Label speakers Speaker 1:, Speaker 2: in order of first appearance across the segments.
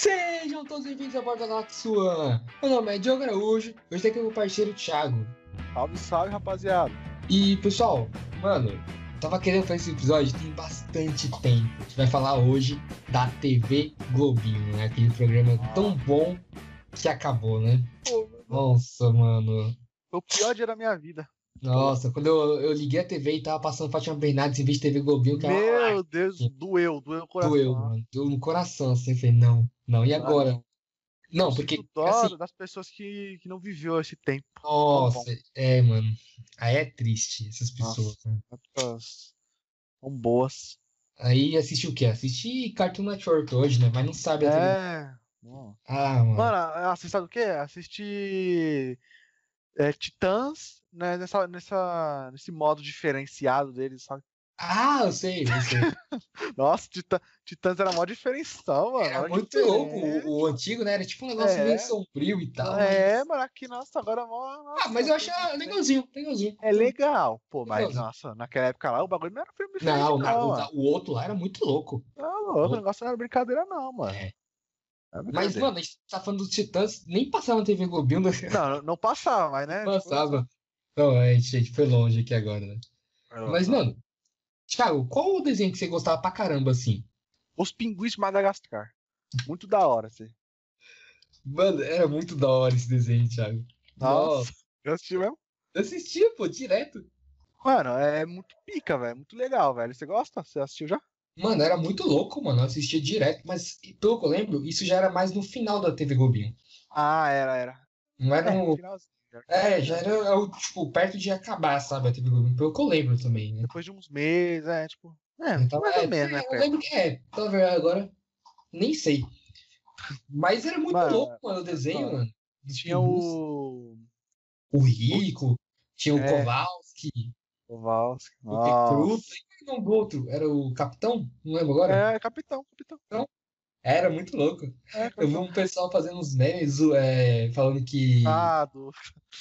Speaker 1: Sejam todos bem-vindos a bordo da Natsuan. Meu nome é Diogo Araújo, hoje tem aqui meu parceiro Thiago.
Speaker 2: Salve, salve, rapaziada.
Speaker 1: E pessoal, mano, tava querendo fazer esse episódio tem bastante tempo. A gente vai falar hoje da TV Globinho, né? Aquele programa tão bom que acabou, né?
Speaker 2: Pô, mano,
Speaker 1: Nossa, mano.
Speaker 2: foi o pior dia da minha vida.
Speaker 1: Nossa, quando eu, eu liguei a TV e tava passando Fátima Bernardes em vez de TV Globinho, que é ela
Speaker 2: Meu Deus, doeu, doeu o coração.
Speaker 1: doeu, mano. Doeu no coração, assim. Eu falei, não, não, e agora? Não,
Speaker 2: Eu
Speaker 1: porque.
Speaker 2: sinto dó
Speaker 1: assim,
Speaker 2: das pessoas que, que não viveu esse tempo.
Speaker 1: Nossa, é, mano. Aí é triste essas
Speaker 2: Nossa.
Speaker 1: pessoas. né?
Speaker 2: Épocas tão boas.
Speaker 1: Aí assiste o quê? Assiste Cartoon Network hoje, né? Mas não sabe né? a TV.
Speaker 2: É. Bom.
Speaker 1: Ah, mano.
Speaker 2: Mano, assistir sabe o quê? Assistir é, Titãs né, nessa, nessa, nesse modo diferenciado deles, sabe?
Speaker 1: Ah, eu sei, eu sei.
Speaker 2: Nossa, Titã- Titãs era mó diferenção, mano.
Speaker 1: Era
Speaker 2: mó
Speaker 1: muito
Speaker 2: diferente.
Speaker 1: louco. O, o antigo, né? Era tipo um negócio
Speaker 2: É.
Speaker 1: meio sombrio e tal.
Speaker 2: É,
Speaker 1: mas-
Speaker 2: mano, aqui, nossa, agora é mó.
Speaker 1: Ah, mas eu acho ah, legalzinho, legalzinho.
Speaker 2: É legal, pô, mas
Speaker 1: Legal.
Speaker 2: nossa, naquela época lá o bagulho não era filme diferente,
Speaker 1: Não,
Speaker 2: não,
Speaker 1: na- o,
Speaker 2: mano.
Speaker 1: da- o outro lá era muito louco.
Speaker 2: Tá louco, o negócio não era brincadeira, não, mano.
Speaker 1: É.
Speaker 2: Era
Speaker 1: Mas,
Speaker 2: brincadeira.
Speaker 1: mano, a gente tá falando dos Titãs, nem passava na TV Globinho,
Speaker 2: É,
Speaker 1: né?
Speaker 2: Não, não passava, mas né?
Speaker 1: Não passava. Não, a gente, a gente foi longe aqui agora, né?
Speaker 2: tipo,
Speaker 1: Mas, mano, Thiago, qual o desenho que você gostava pra caramba, assim?
Speaker 2: Os pinguins de Madagascar. Muito da hora, assim.
Speaker 1: Mano, era muito da hora esse desenho, Thiago.
Speaker 2: Nossa. Eu assisti mesmo.
Speaker 1: Eu assistia, pô, direto.
Speaker 2: Mano, é muito pica, velho. Muito legal, velho. Você gosta? Você assistiu já?
Speaker 1: Mano, era muito louco, mano. Eu assistia direto, mas pelo que eu lembro, isso já era mais no final da TV Globinho.
Speaker 2: Ah, era, era.
Speaker 1: Não era no.
Speaker 2: É, finalzinho, era.
Speaker 1: É, já era, é o, tipo, perto de acabar, sabe? A TV Globinho, pelo que eu lembro também. Né?
Speaker 2: Depois de uns meses, é, tipo. É,
Speaker 1: Então,
Speaker 2: mais
Speaker 1: é,
Speaker 2: ou menos, né,
Speaker 1: Eu
Speaker 2: cara?
Speaker 1: lembro que é, tá verdade agora, nem sei. Mas era muito
Speaker 2: Mano,
Speaker 1: louco, mano, o desenho,
Speaker 2: mano,
Speaker 1: mano. Dos
Speaker 2: Tinha
Speaker 1: pinguins.
Speaker 2: o.
Speaker 1: o Rico, tinha o
Speaker 2: É.
Speaker 1: Kowalski,
Speaker 2: O Valsky.
Speaker 1: o Tecruta, e o nome do outro? Era o Capitão? Não lembro agora?
Speaker 2: É, capitão, capitão.
Speaker 1: Era muito louco.
Speaker 2: É,
Speaker 1: Eu vi
Speaker 2: capitão.
Speaker 1: um pessoal fazendo uns memes zo- é, falando que
Speaker 2: Ah, do.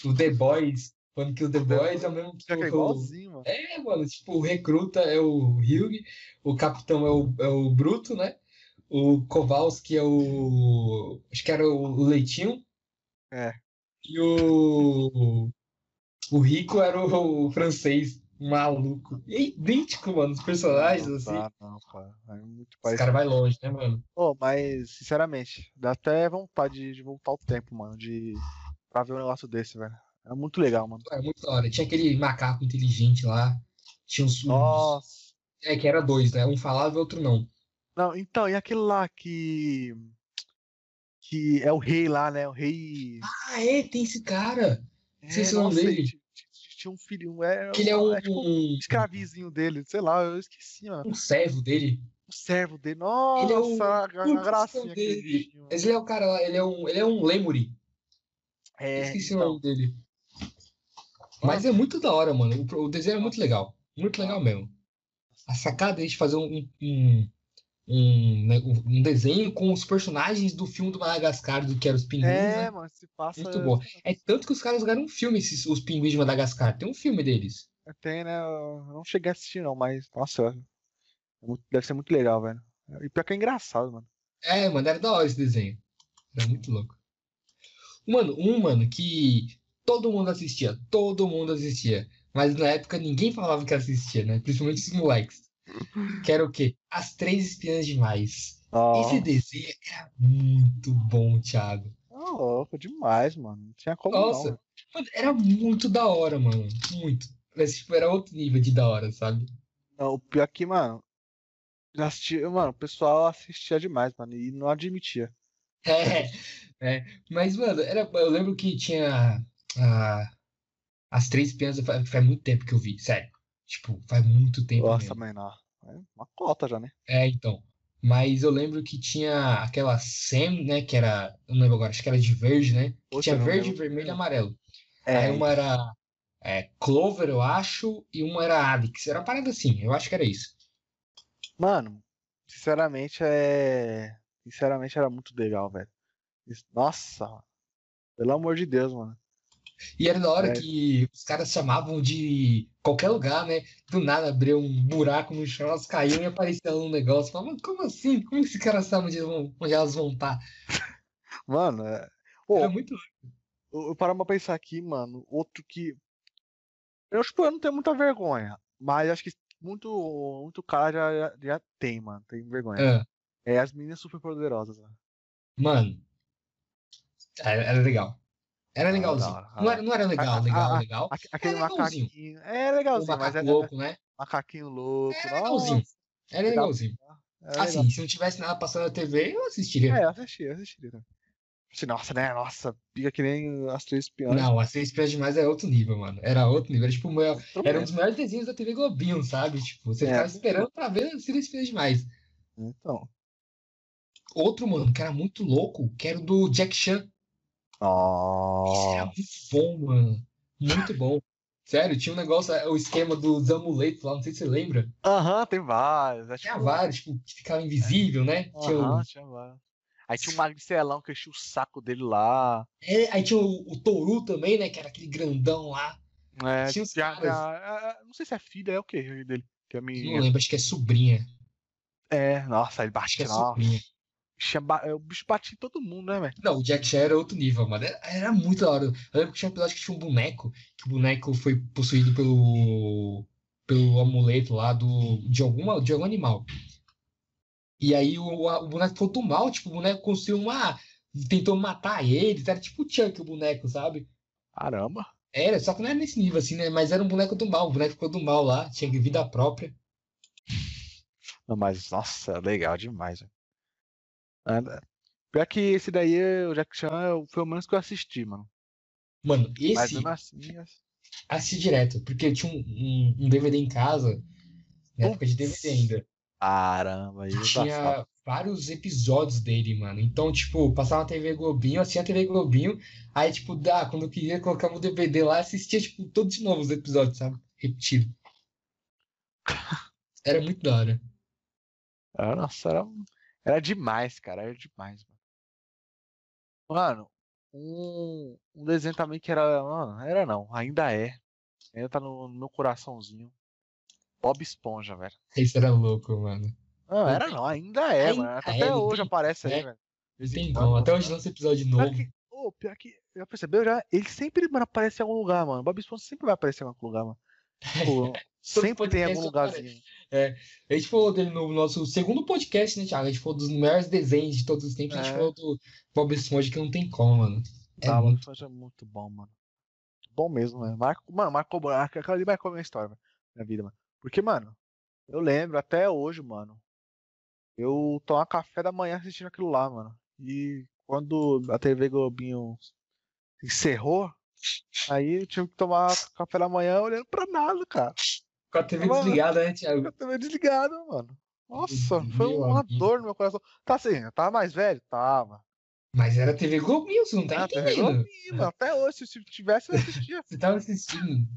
Speaker 1: o The Boys, falando que o The
Speaker 2: The
Speaker 1: Boys é o mesmo que
Speaker 2: Pior que é
Speaker 1: o.
Speaker 2: igualzinho, mano.
Speaker 1: É, mano, tipo, o recruta é o Hugh, o capitão é o, é o Bruto, né? O Kowalski é o. Acho que era o Leitinho.
Speaker 2: É.
Speaker 1: E o. O Rico era o, o francês maluco. É idêntico, mano, os personagens,
Speaker 2: não,
Speaker 1: assim.
Speaker 2: dá, não, cara. É muito
Speaker 1: Os
Speaker 2: parecido.
Speaker 1: caras vai longe, né, mano?
Speaker 2: Ô, mas, sinceramente, dá até vontade de, de voltar o tempo, mano, de pra ver um negócio desse, velho. É muito legal, mano.
Speaker 1: Era muito da hora. Tinha aquele macaco inteligente lá. Tinha uns. uns-
Speaker 2: Nossa.
Speaker 1: É, que era dois, né? Um falava e outro não.
Speaker 2: Não, então, e aquele lá que. Que é o rei lá, né? O rei.
Speaker 1: Ah, é, tem esse cara. Sei
Speaker 2: é,
Speaker 1: se o nome
Speaker 2: nossa,
Speaker 1: dele.
Speaker 2: ele ti- ti- Tinha um filho, é,
Speaker 1: Que ele é um,
Speaker 2: tipo,
Speaker 1: um,
Speaker 2: escravizinho dele, sei lá, eu esqueci, mano.
Speaker 1: um servo dele.
Speaker 2: O servo dele. Nossa,
Speaker 1: é o-
Speaker 2: a,
Speaker 1: Putz,
Speaker 2: a gracinha aquele
Speaker 1: dele.
Speaker 2: bichinho.
Speaker 1: Mas ele é o cara lá, ele é um, ele é um Lemuri.
Speaker 2: É,
Speaker 1: Esqueci o
Speaker 2: então.
Speaker 1: nome dele. Mas é muito da hora, mano. O, pro- o desenho é muito legal. Muito legal mesmo. A sacada é a gente fazer um, um, um, um, né, um desenho com os personagens do filme do Madagascar, do que era os pinguins, né?
Speaker 2: É, mano, se passa.
Speaker 1: Muito boa. É tanto que os caras ganharam um filme, esses, os pinguins de Madagascar. Tem um filme deles.
Speaker 2: Tem, né? Eu não cheguei a assistir, não, mas, nossa, é muito- deve ser muito legal, velho. E pior que é engraçado, mano.
Speaker 1: É, mano, era da hora esse desenho. Era muito louco. Mano, um, mano, que todo mundo assistia. Todo mundo assistia. Mas na época ninguém falava que assistia, né? Principalmente os moleques. Que era o quê? As Três Espiãs Demais. Esse desenho era muito bom, Thiago.
Speaker 2: Tá louco demais, mano. Não tinha como
Speaker 1: Nossa.
Speaker 2: não. velho.
Speaker 1: Mano, era muito da hora, mano. Muito. Mas, tipo, era outro nível de da hora, sabe?
Speaker 2: Não, o pior é que, mano, eu assisti, mano, o pessoal assistia demais, mano, e não admitia.
Speaker 1: É, é. Mas, mano, era, eu lembro que tinha ah, as três espiãs, fa- faz muito tempo que eu vi, sério. Tipo, faz muito tempo
Speaker 2: Nossa,
Speaker 1: mesmo.
Speaker 2: mas não. É uma cota já, né?
Speaker 1: É, então. Mas eu lembro que tinha aquela Sam, né, que era, eu não lembro agora, acho que era de verde, né? Que
Speaker 2: Poxa,
Speaker 1: tinha
Speaker 2: não
Speaker 1: verde,
Speaker 2: lembro.
Speaker 1: vermelho e amarelo. Aí
Speaker 2: É,
Speaker 1: uma era é, Clover, eu acho, e uma era Alex. Era uma parada assim, eu acho que era isso.
Speaker 2: mano, sinceramente é. Sinceramente era muito legal, velho. Isso- Nossa, mano. Pelo amor de Deus, mano.
Speaker 1: E era da hora
Speaker 2: É.
Speaker 1: que os caras chamavam de qualquer lugar, né? Do nada abriu um buraco no chão, elas caíam e apareceu um negócio. Falava, "Mas como assim? Como esses caras sabem onde, eles vão- onde elas vão estar?
Speaker 2: Mano, é-
Speaker 1: Era
Speaker 2: Pô.
Speaker 1: muito
Speaker 2: eu, eu parar pra pensar aqui, mano, outro que. Eu, tipo, eu não tenho muita vergonha, mas acho que muito, muito cara já, já, já tem, mano, tem vergonha.
Speaker 1: Ah,
Speaker 2: É, as meninas super poderosas, né?
Speaker 1: mano. Era, era legal. Era
Speaker 2: Ah,
Speaker 1: legalzinho.
Speaker 2: da hora.
Speaker 1: Não era, não era legal,
Speaker 2: Ah,
Speaker 1: legal,
Speaker 2: ah,
Speaker 1: legal.
Speaker 2: Aque- Aquele
Speaker 1: É legalzinho.
Speaker 2: macaquinho. É
Speaker 1: O
Speaker 2: legalzinho, mas
Speaker 1: macaco
Speaker 2: é
Speaker 1: louco, né?
Speaker 2: macaquinho louco.
Speaker 1: Era
Speaker 2: nossa,
Speaker 1: legalzinho. Era
Speaker 2: legal.
Speaker 1: legalzinho.
Speaker 2: é legal.
Speaker 1: Assim, se não tivesse nada passando na TV, eu assistiria.
Speaker 2: É, eu assisti, eu assisti. né? Assim, Nossa, né? Nossa, pica que nem as três espiões.
Speaker 1: Não, a Seis Pés Demais era outro nível, mano. Era outro nível. Era tipo, o maior-
Speaker 2: Tudo
Speaker 1: era um
Speaker 2: bem.
Speaker 1: dos melhores desenhos da TV Globinho, sabe? Tipo, você
Speaker 2: É.
Speaker 1: ficava esperando pra ver a Seis Pés Demais. um
Speaker 2: Então.
Speaker 1: Outro, mano, que era muito louco, que era o do Jack Chan. Isso é era
Speaker 2: Nossa.
Speaker 1: muito bom, mano. Muito bom. Sério, tinha um negócio, o esquema dos amuletos lá, não sei se você lembra.
Speaker 2: Aham, tem vários. É,
Speaker 1: Tinha
Speaker 2: tipo,
Speaker 1: vários, tipo, que ficava invisível, né? Tinha o-
Speaker 2: Aham, tinha vários. Aí tinha o Magricelão que enchia o saco dele lá.
Speaker 1: é, aí tinha o, o Toru também, né? Que era aquele grandão lá.
Speaker 2: É,
Speaker 1: Tinha os
Speaker 2: tinha-
Speaker 1: caras.
Speaker 2: a- a- não sei se é filha, é o que dele. Que a
Speaker 1: Não
Speaker 2: minha.
Speaker 1: lembro, acho que é sobrinha.
Speaker 2: É, nossa, ele
Speaker 1: Acho que
Speaker 2: batia.
Speaker 1: é
Speaker 2: nossa,
Speaker 1: sobrinha.
Speaker 2: tinha ba- é, O bicho batia em todo mundo, né, velho?
Speaker 1: Não, o Jack Chan era outro nível, mano. Era, era muito da hora. Eu lembro que tinha um episódio que tinha um boneco, que o boneco foi possuído pelo, pelo amuleto lá do, de, alguma, de algum animal. E aí o, a- o boneco ficou tão mal, tipo, o boneco construiu uma. Tentou matar eles, era tipo o Chuck o boneco, sabe?
Speaker 2: Caramba.
Speaker 1: Era, só que não era nesse nível assim, né? Mas era um boneco do mal, o boneco ficou do mal lá, tinha vida própria.
Speaker 2: Não, mas, nossa, legal demais. velho. Ah, Pior que esse daí, o Jack Chan, eu- foi o menos que eu assisti, mano.
Speaker 1: Mano,
Speaker 2: Mas
Speaker 1: esse
Speaker 2: mesmo assim. eu-
Speaker 1: assisti direto, porque eu tinha um, um- um DVD em casa, na época de DVD ainda.
Speaker 2: Caramba, aí eu passava.
Speaker 1: tinha vários episódios dele, mano. Então, tipo, passava na TV Globinho, assistia a TV Globinho, aí, tipo, dá, quando eu queria colocar um meu DVD lá, assistia, tipo, todos de novo os episódios, sabe? Repetido. Era muito da hora.
Speaker 2: Ah, Nossa, era, um- era demais, cara. Era demais, mano. Mano, um, um desenho também que era. Mano, era não, ainda é. Ainda tá no, no meu coraçãozinho. Bob Esponja, velho.
Speaker 1: Isso era louco, mano.
Speaker 2: Não, era não, ainda é,
Speaker 1: Ainda
Speaker 2: mano.
Speaker 1: é,
Speaker 2: Até
Speaker 1: não
Speaker 2: hoje
Speaker 1: tem-
Speaker 2: aparece
Speaker 1: né?
Speaker 2: aí, velho.
Speaker 1: Não tem como. Até hoje lança episódio
Speaker 2: Pior
Speaker 1: novo.
Speaker 2: Tá que, ô, pior que, já percebeu já? Ele sempre mano, aparece em algum lugar, mano. Bob Esponja sempre vai aparecer em algum lugar, mano. Tipo, sempre tem
Speaker 1: podcast
Speaker 2: algum
Speaker 1: aparece.
Speaker 2: lugarzinho.
Speaker 1: A gente falou dele no nosso segundo podcast, né, Thiago? A gente falou dos melhores desenhos de todos os tempos. A gente
Speaker 2: É.
Speaker 1: falou do Bob Esponja, que não tem como, mano. É
Speaker 2: Ah, Bob
Speaker 1: muito-
Speaker 2: Esponja é muito bom, mano. Bom mesmo, mano. Marco, mano, marcou, marco- aquela ali marcou minha história, velho. minha vida, mano. Porque, mano, eu lembro até hoje, mano. Eu tomar café da manhã assistindo aquilo lá, mano. E quando a TV Globinho encerrou, aí eu tive que tomar café da manhã olhando pra nada, cara.
Speaker 1: Com a TV
Speaker 2: Mano.
Speaker 1: desligada, né, Thiago?
Speaker 2: Eu também desligado, mano. Nossa, foi
Speaker 1: Meu
Speaker 2: uma
Speaker 1: amigo.
Speaker 2: dor no meu coração. Tá assim, eu tava mais velho? Tava.
Speaker 1: Mas era TV Globinho, você não tá
Speaker 2: Ah, tá
Speaker 1: entendendo.
Speaker 2: Globinho, até hoje, se eu tivesse, eu assistia.
Speaker 1: Você tava assistindo.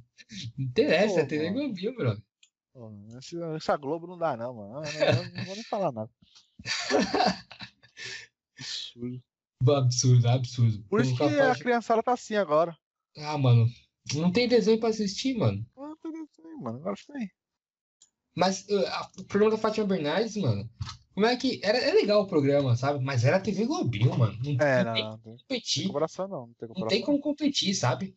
Speaker 1: Não interessa,
Speaker 2: Pô,
Speaker 1: é TV
Speaker 2: mano.
Speaker 1: Globinho, brother.
Speaker 2: Pô, esse- Essa Globo não dá, não, mano. Eu não, eu não vou nem falar nada. Absurdo.
Speaker 1: Absurdo, absurdo.
Speaker 2: Por
Speaker 1: Eu
Speaker 2: isso que
Speaker 1: nunca
Speaker 2: a
Speaker 1: faço-
Speaker 2: criançada tá assim agora.
Speaker 1: Ah, mano. Não tem desenho pra assistir, mano.
Speaker 2: Ah, tá bem, tá bem, mano. Agora sim.
Speaker 1: Mas uh, a- o programa da Fátima Bernardes, mano. Como é que. Era, é legal o programa, sabe? Mas era TV Globinho, mano. Não,
Speaker 2: É,
Speaker 1: não tem
Speaker 2: não,
Speaker 1: como
Speaker 2: não tem
Speaker 1: competir.
Speaker 2: comparação, não. Não
Speaker 1: Não
Speaker 2: tem
Speaker 1: tem
Speaker 2: comparação.
Speaker 1: como competir, sabe?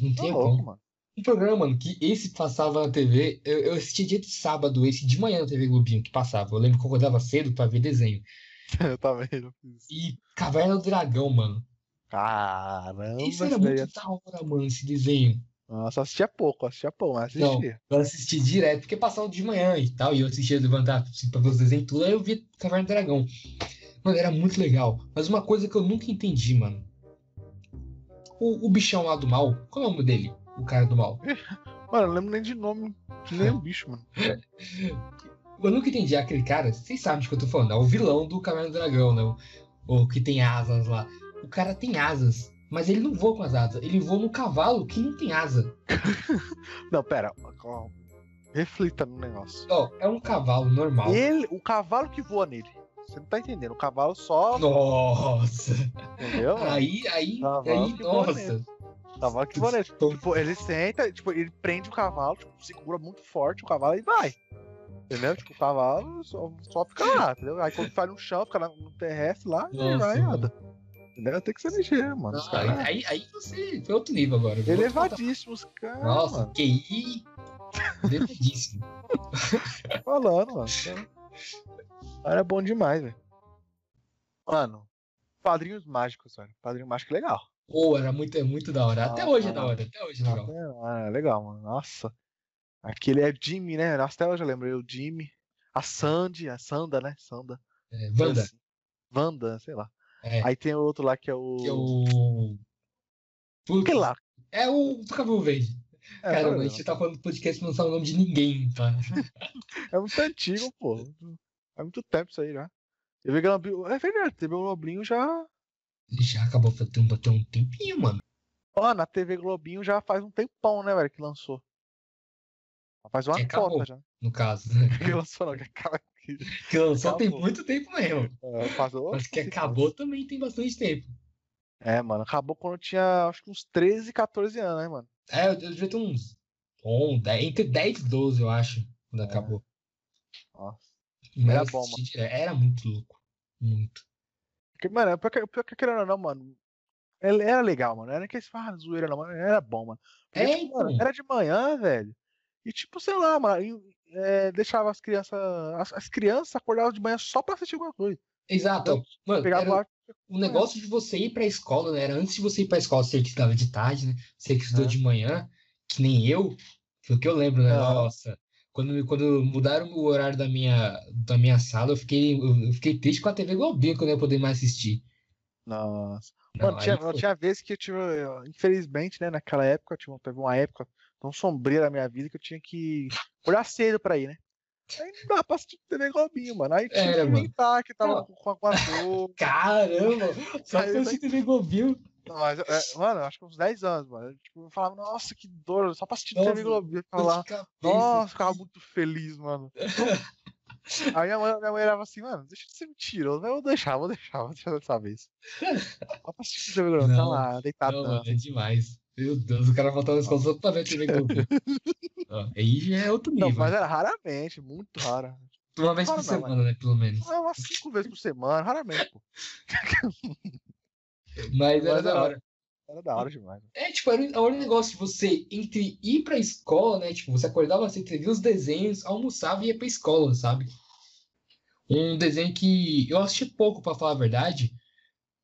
Speaker 1: Não
Speaker 2: Tá
Speaker 1: tem como.
Speaker 2: louco, mano.
Speaker 1: Um programa, mano, que esse passava na TV, eu, eu assistia dia de sábado, esse de manhã na TV Globinho, que passava. Eu lembro que eu acordava cedo pra ver desenho.
Speaker 2: Eu também não fiz.
Speaker 1: E Caverna do Dragão, mano.
Speaker 2: Caramba,
Speaker 1: Isso era
Speaker 2: isso daí é-
Speaker 1: muito da hora, mano, esse desenho.
Speaker 2: Nossa, eu assistia pouco, eu assistia pouco, mas
Speaker 1: Não.
Speaker 2: assistia.
Speaker 1: Eu assisti direto, porque passava de manhã e tal, e eu assistia levantar assim, pra ver os desenhos e tudo, aí eu vi Caverna do Dragão. Mano, era muito legal. Mas uma coisa que eu nunca entendi, mano. O, o bichão lá do mal, qual é o nome dele? O cara do mal.
Speaker 2: Mano, eu não lembro nem de nome, de nem o bicho, mano.
Speaker 1: Eu nunca entendi aquele cara, vocês sabem de que eu tô falando, é o vilão do Caverna do Dragão, né? O, o que tem asas lá. O cara tem asas, mas ele não voa com as asas, ele voa num cavalo que não tem asa.
Speaker 2: Não, pera. ó, Reflita no negócio.
Speaker 1: Ó, é um cavalo normal.
Speaker 2: Ele, o cavalo que voa nele. Você não tá entendendo. O cavalo só.
Speaker 1: Nossa!
Speaker 2: Entendeu? mano?
Speaker 1: Aí, aí,
Speaker 2: Cavalo
Speaker 1: aí,
Speaker 2: que voa
Speaker 1: nossa.
Speaker 2: mesmo. Cavalo que bonito. Tipo, ele senta, tipo, ele prende o cavalo, tipo, segura muito forte o cavalo e vai. Entendeu? Tipo, o cavalo só, só fica lá, entendeu? Aí quando sai no chão, fica lá no terrestre lá, ele
Speaker 1: Nossa,
Speaker 2: vai e
Speaker 1: mano.
Speaker 2: anda. Entendeu? Tem que ser ligeiro, mano. Os
Speaker 1: Ah,
Speaker 2: caras-
Speaker 1: aí, aí você foi outro nível agora. viu?
Speaker 2: Elevadíssimos, cara.
Speaker 1: Nossa,
Speaker 2: né, Mano,
Speaker 1: QI. Elevadíssimo.
Speaker 2: tô tá falando, mano. O cara é bom demais, velho. Mano, padrinhos mágicos, velho. Padrinho mágico é legal.
Speaker 1: Pô, era muito, é muito da hora. Até
Speaker 2: Ah,
Speaker 1: hoje é
Speaker 2: ah.
Speaker 1: da hora. Até hoje é legal.
Speaker 2: Ah, legal, mano. Nossa. Aquele é Jimmy, né? Nossa, até hoje eu lembrei o Jimmy. A Sandy, a Sanda, né? Sanda.
Speaker 1: É, Wanda,
Speaker 2: Wanda, sei lá.
Speaker 1: É.
Speaker 2: Aí tem o outro lá que é o.
Speaker 1: que é o. Putz,
Speaker 2: Sei lá.
Speaker 1: É o do Cabelo Verde.
Speaker 2: É,
Speaker 1: Cara,
Speaker 2: não,
Speaker 1: mas a gente tá falando do podcast que não sabe o nome de ninguém, tá?
Speaker 2: é muito antigo, pô. Há muito tempo isso aí já. Eu vi Glambinho. É verdade, TV Globinho já.
Speaker 1: Já acabou faltando até um tempinho, mano.
Speaker 2: Ó, na TV Globinho já faz um tempão, né, velho, que lançou. Faz uma
Speaker 1: Que acabou.
Speaker 2: cota já.
Speaker 1: No caso.
Speaker 2: Que lançou, não, que acaba aqui.
Speaker 1: Que lançou tem
Speaker 2: Acabou.
Speaker 1: muito tempo mesmo.
Speaker 2: É, faz outro
Speaker 1: Mas que
Speaker 2: ciclo.
Speaker 1: acabou também tem bastante tempo.
Speaker 2: É, mano, acabou quando eu tinha acho que uns 13, 14 anos, né, mano?
Speaker 1: É, eu eu devia ter uns 11, entre 10 e 12, eu acho, quando
Speaker 2: É.
Speaker 1: acabou.
Speaker 2: Nossa.
Speaker 1: Mas
Speaker 2: Era
Speaker 1: eu
Speaker 2: bom,
Speaker 1: assisti direto. Era muito louco. Muito.
Speaker 2: Porque, mano, é pior que, pior que querendo ou não, mano. Ele era legal, mano. Era que esse ah, zoeira não, mano. Era bom, mano. Porque,
Speaker 1: É,
Speaker 2: tipo, mano,
Speaker 1: então.
Speaker 2: era de manhã, velho. E tipo, sei lá, mano, e, é, deixava as crianças. As, as crianças acordavam de manhã só pra assistir alguma coisa.
Speaker 1: Exato.
Speaker 2: Então,
Speaker 1: Mano,
Speaker 2: Pegava
Speaker 1: era
Speaker 2: lá,
Speaker 1: o negócio de você ir pra escola, né? Era antes de você ir pra escola, você que estudava de tarde, né? Você que estudou
Speaker 2: Aham.
Speaker 1: de manhã, que nem eu, foi o que eu lembro, né?
Speaker 2: Aham.
Speaker 1: Nossa. Quando, me- quando mudaram o horário da minha, da minha sala, eu fiquei, eu, eu fiquei triste com a TV Globinho, que eu não ia poder mais assistir.
Speaker 2: Nossa.
Speaker 1: Não,
Speaker 2: Mano, tinha,
Speaker 1: aí foi.
Speaker 2: tinha vezes que eu tive. eu, Infelizmente, né, naquela época, eu tive, teve uma época tão sombria na minha vida que eu tinha que olhar cedo pra ir, né? Aí não dava pra assistir TV Globinho, mano. Aí tinha
Speaker 1: Era,
Speaker 2: que
Speaker 1: É, mano.
Speaker 2: inventar que tava
Speaker 1: Não.
Speaker 2: com, com alguma dor.
Speaker 1: Caramba! Só
Speaker 2: Aí
Speaker 1: que
Speaker 2: eu
Speaker 1: eu assisti TV Globinho.
Speaker 2: Não, mas, eu- é, mano, eu acho que uns 10 anos, mano. Eu, tipo, eu falava, nossa, que dor, só pra assistir
Speaker 1: Nossa,
Speaker 2: TV Globinho. Eu
Speaker 1: dor de
Speaker 2: falava,
Speaker 1: cabeça.
Speaker 2: nossa, eu ficava muito feliz, mano. Aí minha mãe, minha mãe olhava assim, mano, deixa de ser mentiroso, mas eu vou deixar, vou deixar, vou deixar dessa vez. Só pra assistir TV Globinho, tá
Speaker 1: Não,
Speaker 2: lá,
Speaker 1: Não, mano,
Speaker 2: deitadão.
Speaker 1: é demais. Meu Deus, o cara voltava na escola só pra ver TV Globinho. Ó, Aí já é outro nível.
Speaker 2: Não, mas era raramente, muito rara.
Speaker 1: Uma vez por
Speaker 2: Claro, não,
Speaker 1: semana, né? Pelo menos.
Speaker 2: É umas 5 vezes por semana, raramente, pô.
Speaker 1: Mas era
Speaker 2: Mas é
Speaker 1: da
Speaker 2: era-
Speaker 1: hora.
Speaker 2: Era da hora demais.
Speaker 1: É, tipo, era o- era o negócio de você, entre ir pra escola, né? Tipo, você acordava cedo, você via os desenhos, almoçava e ia pra escola, sabe? Um desenho que eu assisti pouco, pra falar a verdade,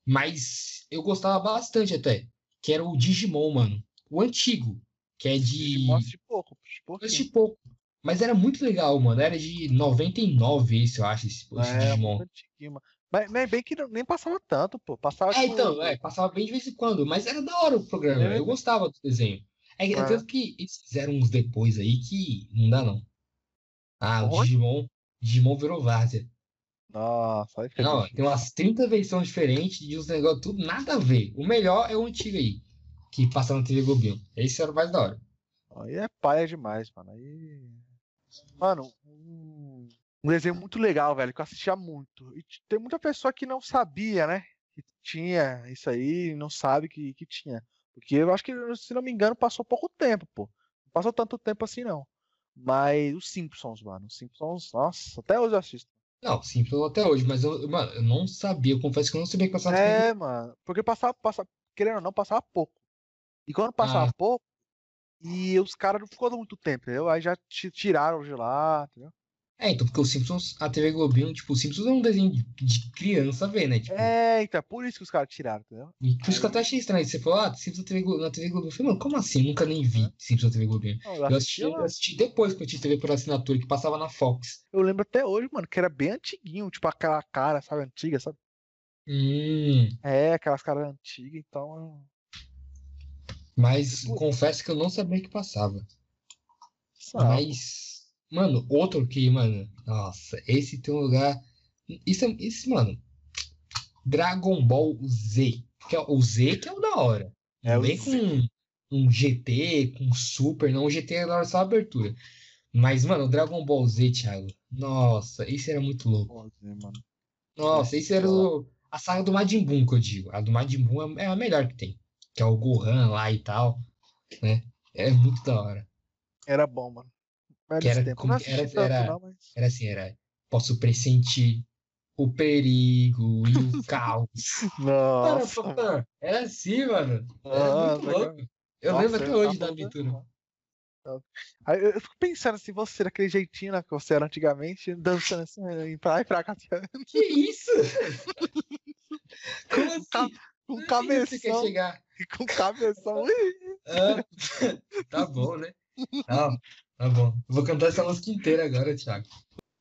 Speaker 1: mas eu gostava bastante até, que era o Digimon, mano. O antigo, que é
Speaker 2: E
Speaker 1: de...
Speaker 2: mostra de pouco, de
Speaker 1: Eu assisti
Speaker 2: pouquinho.
Speaker 1: pouco. Mas era muito legal, mano. Era de 99 esse, eu acho, esse, esse
Speaker 2: É,
Speaker 1: Digimon.
Speaker 2: muito antiguinho, mano. Mas, mas bem que não- nem passava tanto, pô. Passava,
Speaker 1: É,
Speaker 2: tipo,
Speaker 1: então, é, passava bem de vez em quando, mas era da hora o programa,
Speaker 2: É.
Speaker 1: eu gostava do desenho. É, que-
Speaker 2: É.
Speaker 1: tanto que eles fizeram uns depois aí que não dá não. Ah, o
Speaker 2: Oi?
Speaker 1: Digimon, Digimon virou várzea.
Speaker 2: Nossa, aí fica
Speaker 1: Não,
Speaker 2: difícil.
Speaker 1: tem umas 30 versões diferentes e os negócios tudo nada a ver. O melhor é o antigo aí, que passava na TV Globinho. Esse era o mais da hora.
Speaker 2: Aí é paia demais, mano. Aí. Mano, um um desenho muito legal, velho, que eu assistia muito. E t- tem muita pessoa que não sabia, né? Que tinha isso aí, e não sabe que, que tinha. Porque eu acho que, se não me engano, passou pouco tempo, pô. Não passou tanto tempo assim, não. Mas os Simpsons, mano. Os Simpsons, nossa, até hoje eu assisto.
Speaker 1: Não, simples até hoje, mas eu, eu- mano, eu não sabia, eu confesso que eu não sabia que passava na TV.
Speaker 2: É, mano. Porque passava, passava, querendo ou não, passava pouco. E quando passava
Speaker 1: Ah.
Speaker 2: pouco, e os caras não ficou muito tempo, entendeu? Aí já ti- tiraram de lá, entendeu?
Speaker 1: É, então, porque os Simpsons, a TV Globinho, tipo, os Simpsons é um desenho de, de criança ver, né? Tipo,
Speaker 2: É, então, é por isso que os caras tiraram, entendeu?
Speaker 1: E Por isso que eu até achei estranho. Você falou, ah, Simpsons na TV Globo. Na TV Globo. Eu falei, mano, como assim? Nunca nem vi Simpsons na TV Globo.
Speaker 2: Não,
Speaker 1: Eu assisti,
Speaker 2: assistia
Speaker 1: eu
Speaker 2: lá.
Speaker 1: assisti depois que eu tinha TV por assinatura, que passava na Fox.
Speaker 2: Eu lembro até hoje, mano, que era bem antiguinho, tipo aquela cara, sabe, antiga, sabe?
Speaker 1: Hum,
Speaker 2: É, aquelas caras antigas, então.
Speaker 1: mas
Speaker 2: Putz.
Speaker 1: confesso que eu não sabia que passava.
Speaker 2: sei lá.
Speaker 1: Mas, mano, outro que, mano, nossa, esse tem um lugar. Isso, é- isso, mano, Dragon Ball Z. Que é o Z que é o da hora.
Speaker 2: É
Speaker 1: Não
Speaker 2: o
Speaker 1: vem
Speaker 2: Z.
Speaker 1: com um GT, com Super, não. O GT é da hora só a abertura. Mas, mano, o Dragon Ball Z, Thiago. Nossa, isso era muito louco.
Speaker 2: Pô, Zé, mano.
Speaker 1: Nossa, isso era
Speaker 2: da
Speaker 1: o- a saga do Majin Bun, que eu digo. A do Majin Bun é é a melhor que tem. que é o Gohan lá e tal, né? É muito da hora.
Speaker 2: Era bom, mano. Velho
Speaker 1: Que era
Speaker 2: tempo.
Speaker 1: como
Speaker 2: Não
Speaker 1: que era-
Speaker 2: assisti tanto,
Speaker 1: era-
Speaker 2: não, mas-
Speaker 1: Era assim, era posso pressentir o perigo e o caos. Para,
Speaker 2: Nossa.
Speaker 1: para, para. Era assim, mano. Era
Speaker 2: Ah,
Speaker 1: muito
Speaker 2: legal.
Speaker 1: louco. Eu
Speaker 2: Nossa,
Speaker 1: lembro até hoje
Speaker 2: tava
Speaker 1: da aventura.
Speaker 2: Então, Aí eu eu fico pensando assim, você daquele jeitinho né, que você era antigamente, dançando assim, né, pra lá e pra cá, assim,
Speaker 1: Que isso? Como assim?
Speaker 2: Ca- com
Speaker 1: Onde Você quer
Speaker 2: cabeção,
Speaker 1: chegar?
Speaker 2: com cabeção. Ui,
Speaker 1: Ah, tá bom, né? Não, tá bom. Eu Vou cantar essa música inteira agora, Thiago.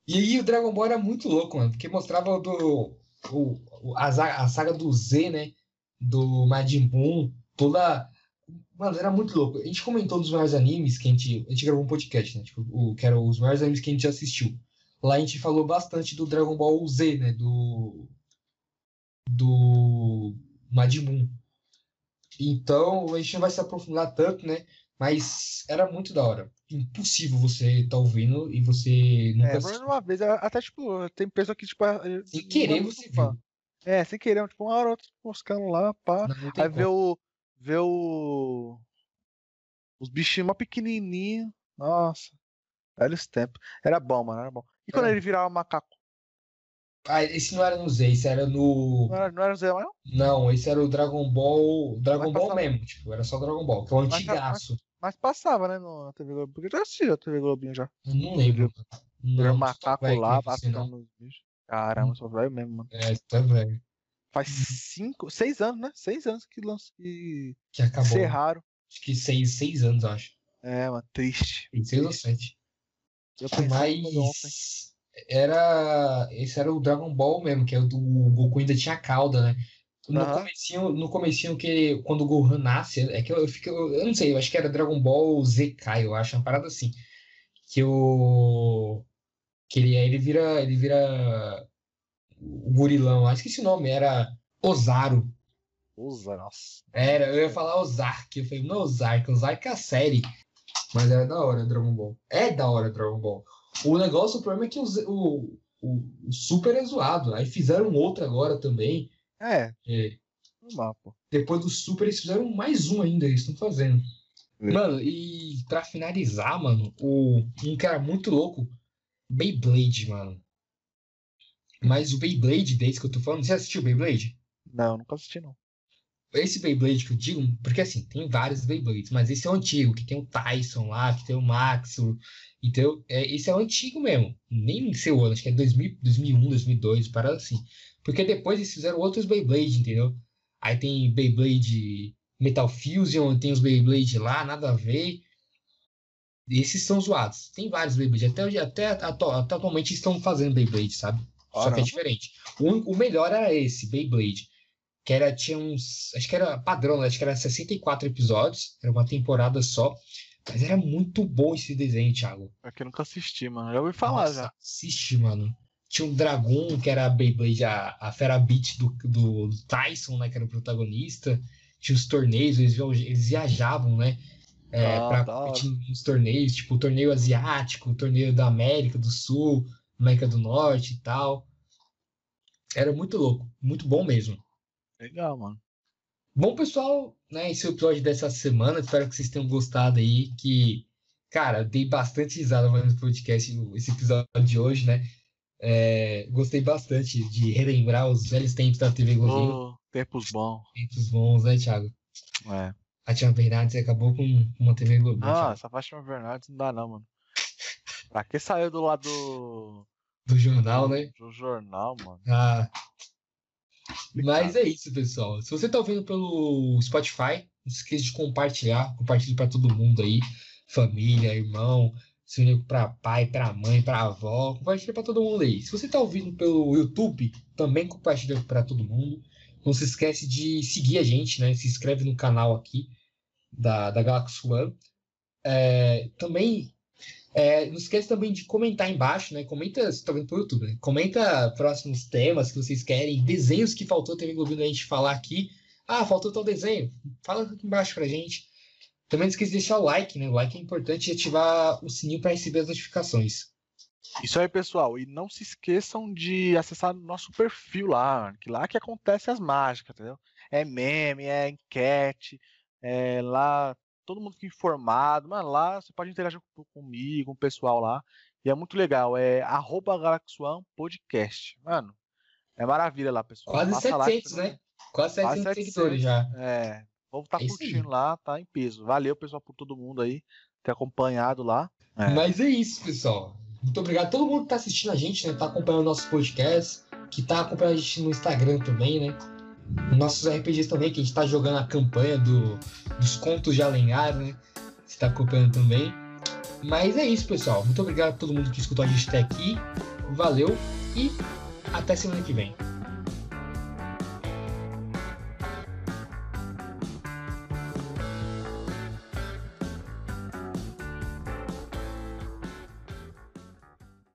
Speaker 1: E aí o Dragon Ball era muito louco, mano, porque mostrava o do, o, o- a, za- a saga do Z, né? Do Majin Buu, toda. Mano, era muito louco. A gente comentou dos maiores animes que a gente. A gente gravou um podcast, né? Tipo, o, que era os maiores animes que a gente assistiu. Lá a gente falou bastante do Dragon Ball Z, né? Do. Do. Majin Buu. Então, a gente não vai se aprofundar tanto, né? Mas era muito da hora. Impossível você tá ouvindo e você nunca
Speaker 2: É,
Speaker 1: assistiu.
Speaker 2: uma vez, a- até tipo, tem pessoa que, tipo. eu-
Speaker 1: Sem
Speaker 2: não
Speaker 1: querer
Speaker 2: gosta de
Speaker 1: você
Speaker 2: fã.
Speaker 1: viu.
Speaker 2: É, sem querer, tipo, uma hora ou outra moscando lá, pá.
Speaker 1: Não, não tem
Speaker 2: Aí
Speaker 1: como.
Speaker 2: vê o. Vê o. Os bichinhos mó pequenininhos. Nossa. Velhos tempos. Era bom, mano, era bom. E quando
Speaker 1: Era
Speaker 2: ele virava macaco?
Speaker 1: Ah, esse não era no Z, esse era no.
Speaker 2: Não era, não era o Zé, não?
Speaker 1: Não, esse era o Dragon Ball. Dragon
Speaker 2: Mas
Speaker 1: Ball
Speaker 2: passava-
Speaker 1: mesmo, tipo, era só Dragon Ball, que é o
Speaker 2: Mas-
Speaker 1: antigaço.
Speaker 2: Mas passava, né, no- na TV Globinho. Porque eu já assisti a TV Globinho já.
Speaker 1: Eu não lembro. Não,
Speaker 2: Era
Speaker 1: tu
Speaker 2: um
Speaker 1: tá
Speaker 2: macaco
Speaker 1: velho
Speaker 2: lá,
Speaker 1: pra você, não.
Speaker 2: batendo nos bichos. Caramba, sou velho mesmo, mano.
Speaker 1: É, tu tá velho.
Speaker 2: Faz
Speaker 1: Uhum.
Speaker 2: cinco, seis anos, né? Seis anos que lançou que
Speaker 1: Que acabou.
Speaker 2: encerraram.
Speaker 1: Acho que seis, seis anos, eu acho.
Speaker 2: É, mano, triste.
Speaker 1: Tem seis ou sete.
Speaker 2: Eu pensei nisso ontem.
Speaker 1: né? Mas era. Esse era o Dragon Ball mesmo, que é o do o Goku ainda tinha cauda, né? No
Speaker 2: Aham.
Speaker 1: comecinho, no comecinho que quando o Gohan nasce, é que eu, eu fico. Eu não sei, eu acho que era Dragon Ball ZK, eu acho, uma parada assim. Que o. Que ele, aí ele vira. Ele vira. O gorilão lá. Esqueci o nome, era Ozaru.
Speaker 2: Usa, nossa.
Speaker 1: Era, eu ia falar Ozark. Eu falei, não, Ozark, Ozark é a série. Mas era da hora Dragon Ball. É da hora Dragon Ball. O negócio, o problema é que o, Z- o, o, o Super é zoado. Aí fizeram outro agora também.
Speaker 2: É,
Speaker 1: É,
Speaker 2: normal, pô.
Speaker 1: depois do Super, eles fizeram mais um ainda, eles estão fazendo. Mano, e pra finalizar, mano, o, um cara muito louco, Beyblade, mano. Mas o Beyblade desse que eu tô falando, você assistiu Beyblade?
Speaker 2: Não, nunca assisti, não.
Speaker 1: Esse Beyblade que eu digo, porque assim, tem vários Beyblades, mas esse é o antigo, que tem o Tyson lá, que tem o Maxwell, então, é, esse é o antigo mesmo, nem sei o ano, acho que é 2000, 2001, 2002, parada assim. Porque depois eles fizeram outros Beyblade, entendeu? Aí tem Beyblade Metal Fusion, tem os Beyblade lá, nada a ver. E Esses são zoados. Tem vários Beyblade, até, hoje- até, atu- até atualmente estão fazendo Beyblade, sabe? Só que é
Speaker 2: Caramba.
Speaker 1: diferente. O, único- o melhor era esse, Beyblade. Que era, tinha uns. Acho que era padrão, né? acho que era 64 episódios, era uma temporada só. Mas era muito bom esse desenho, Thiago.
Speaker 2: É que eu nunca assisti, mano. Já ouvi falar
Speaker 1: Nossa,
Speaker 2: já.
Speaker 1: Assiste, mano. Tinha um dragão que era a Beyblade, a, a Fera Beat do, do, do Tyson, né? Que era o protagonista. Tinha os torneios, eles, viam- eles viajavam, né? É,
Speaker 2: Ah,
Speaker 1: pra
Speaker 2: da hora.
Speaker 1: competir nos torneios, tipo o torneio asiático, o torneio da América do Sul, América do Norte e tal. Era muito louco, muito bom mesmo.
Speaker 2: Legal, mano.
Speaker 1: Bom, pessoal, né, esse é o episódio dessa semana. Espero que vocês tenham gostado aí. Que, cara, eu dei bastante risada fazendo esse podcast, o- esse episódio de hoje, né? É, gostei bastante de relembrar os velhos tempos da TV Globinho.
Speaker 2: Ô, tempos bons.
Speaker 1: Tempos bons, né, Thiago?
Speaker 2: É.
Speaker 1: A Tia Bernardes acabou com uma TV Globinho.
Speaker 2: Ah,
Speaker 1: Thiago.
Speaker 2: essa Fátima Bernardes não dá, não, mano. Pra que saiu do lado do,
Speaker 1: Do jornal, né?
Speaker 2: do jornal, mano?
Speaker 1: Ah, mas é isso, pessoal. Se você tá ouvindo pelo Spotify, não se esqueça de compartilhar. Compartilhe para todo mundo aí. Família, irmão, se unir para pai, para mãe, para avó. Compartilha para todo mundo aí. Se você tá ouvindo pelo YouTube, também compartilha para todo mundo. Não se esquece de seguir a gente, né? Se inscreve no canal aqui da, da Galaxy One. É, também é, não esquece também de comentar aí embaixo, né? Comenta, se tá vendo pelo YouTube, né? Comenta próximos temas que vocês querem, desenhos que faltou TV Globinho a gente falar aqui. Ah, faltou tal desenho. Fala aqui embaixo pra gente. Também não esqueça de deixar o like, né? O like é importante e ativar o sininho para receber as notificações.
Speaker 2: Isso aí, pessoal. E não se esqueçam de acessar o nosso perfil lá, mano, que lá que acontece as mágicas, entendeu? É meme, é enquete, é lá todo mundo fica informado, mano, lá você pode interagir com- comigo, com o pessoal lá. E é muito legal, é arroba Galaxy One Podcast. Mano, é maravilha lá, pessoal.
Speaker 1: Quase
Speaker 2: Passa lá,
Speaker 1: 700,
Speaker 2: entendeu?
Speaker 1: né? Quase 700
Speaker 2: 700.
Speaker 1: seguidores já.
Speaker 2: É, o povo tá
Speaker 1: É isso aí.
Speaker 2: curtindo lá, tá em peso. Valeu, pessoal, por todo mundo aí ter acompanhado lá. É.
Speaker 1: Mas é isso, pessoal. Muito obrigado a todo mundo que tá assistindo a gente, né? Tá acompanhando nossos podcasts, que tá acompanhando a gente no Instagram também, né? Nossos RPGs também, que a gente tá jogando a campanha do, dos contos de alenhar, né? Você tá acompanhando também. Mas é isso, pessoal. Muito obrigado a todo mundo que escutou a gente até aqui. Valeu e até semana que vem.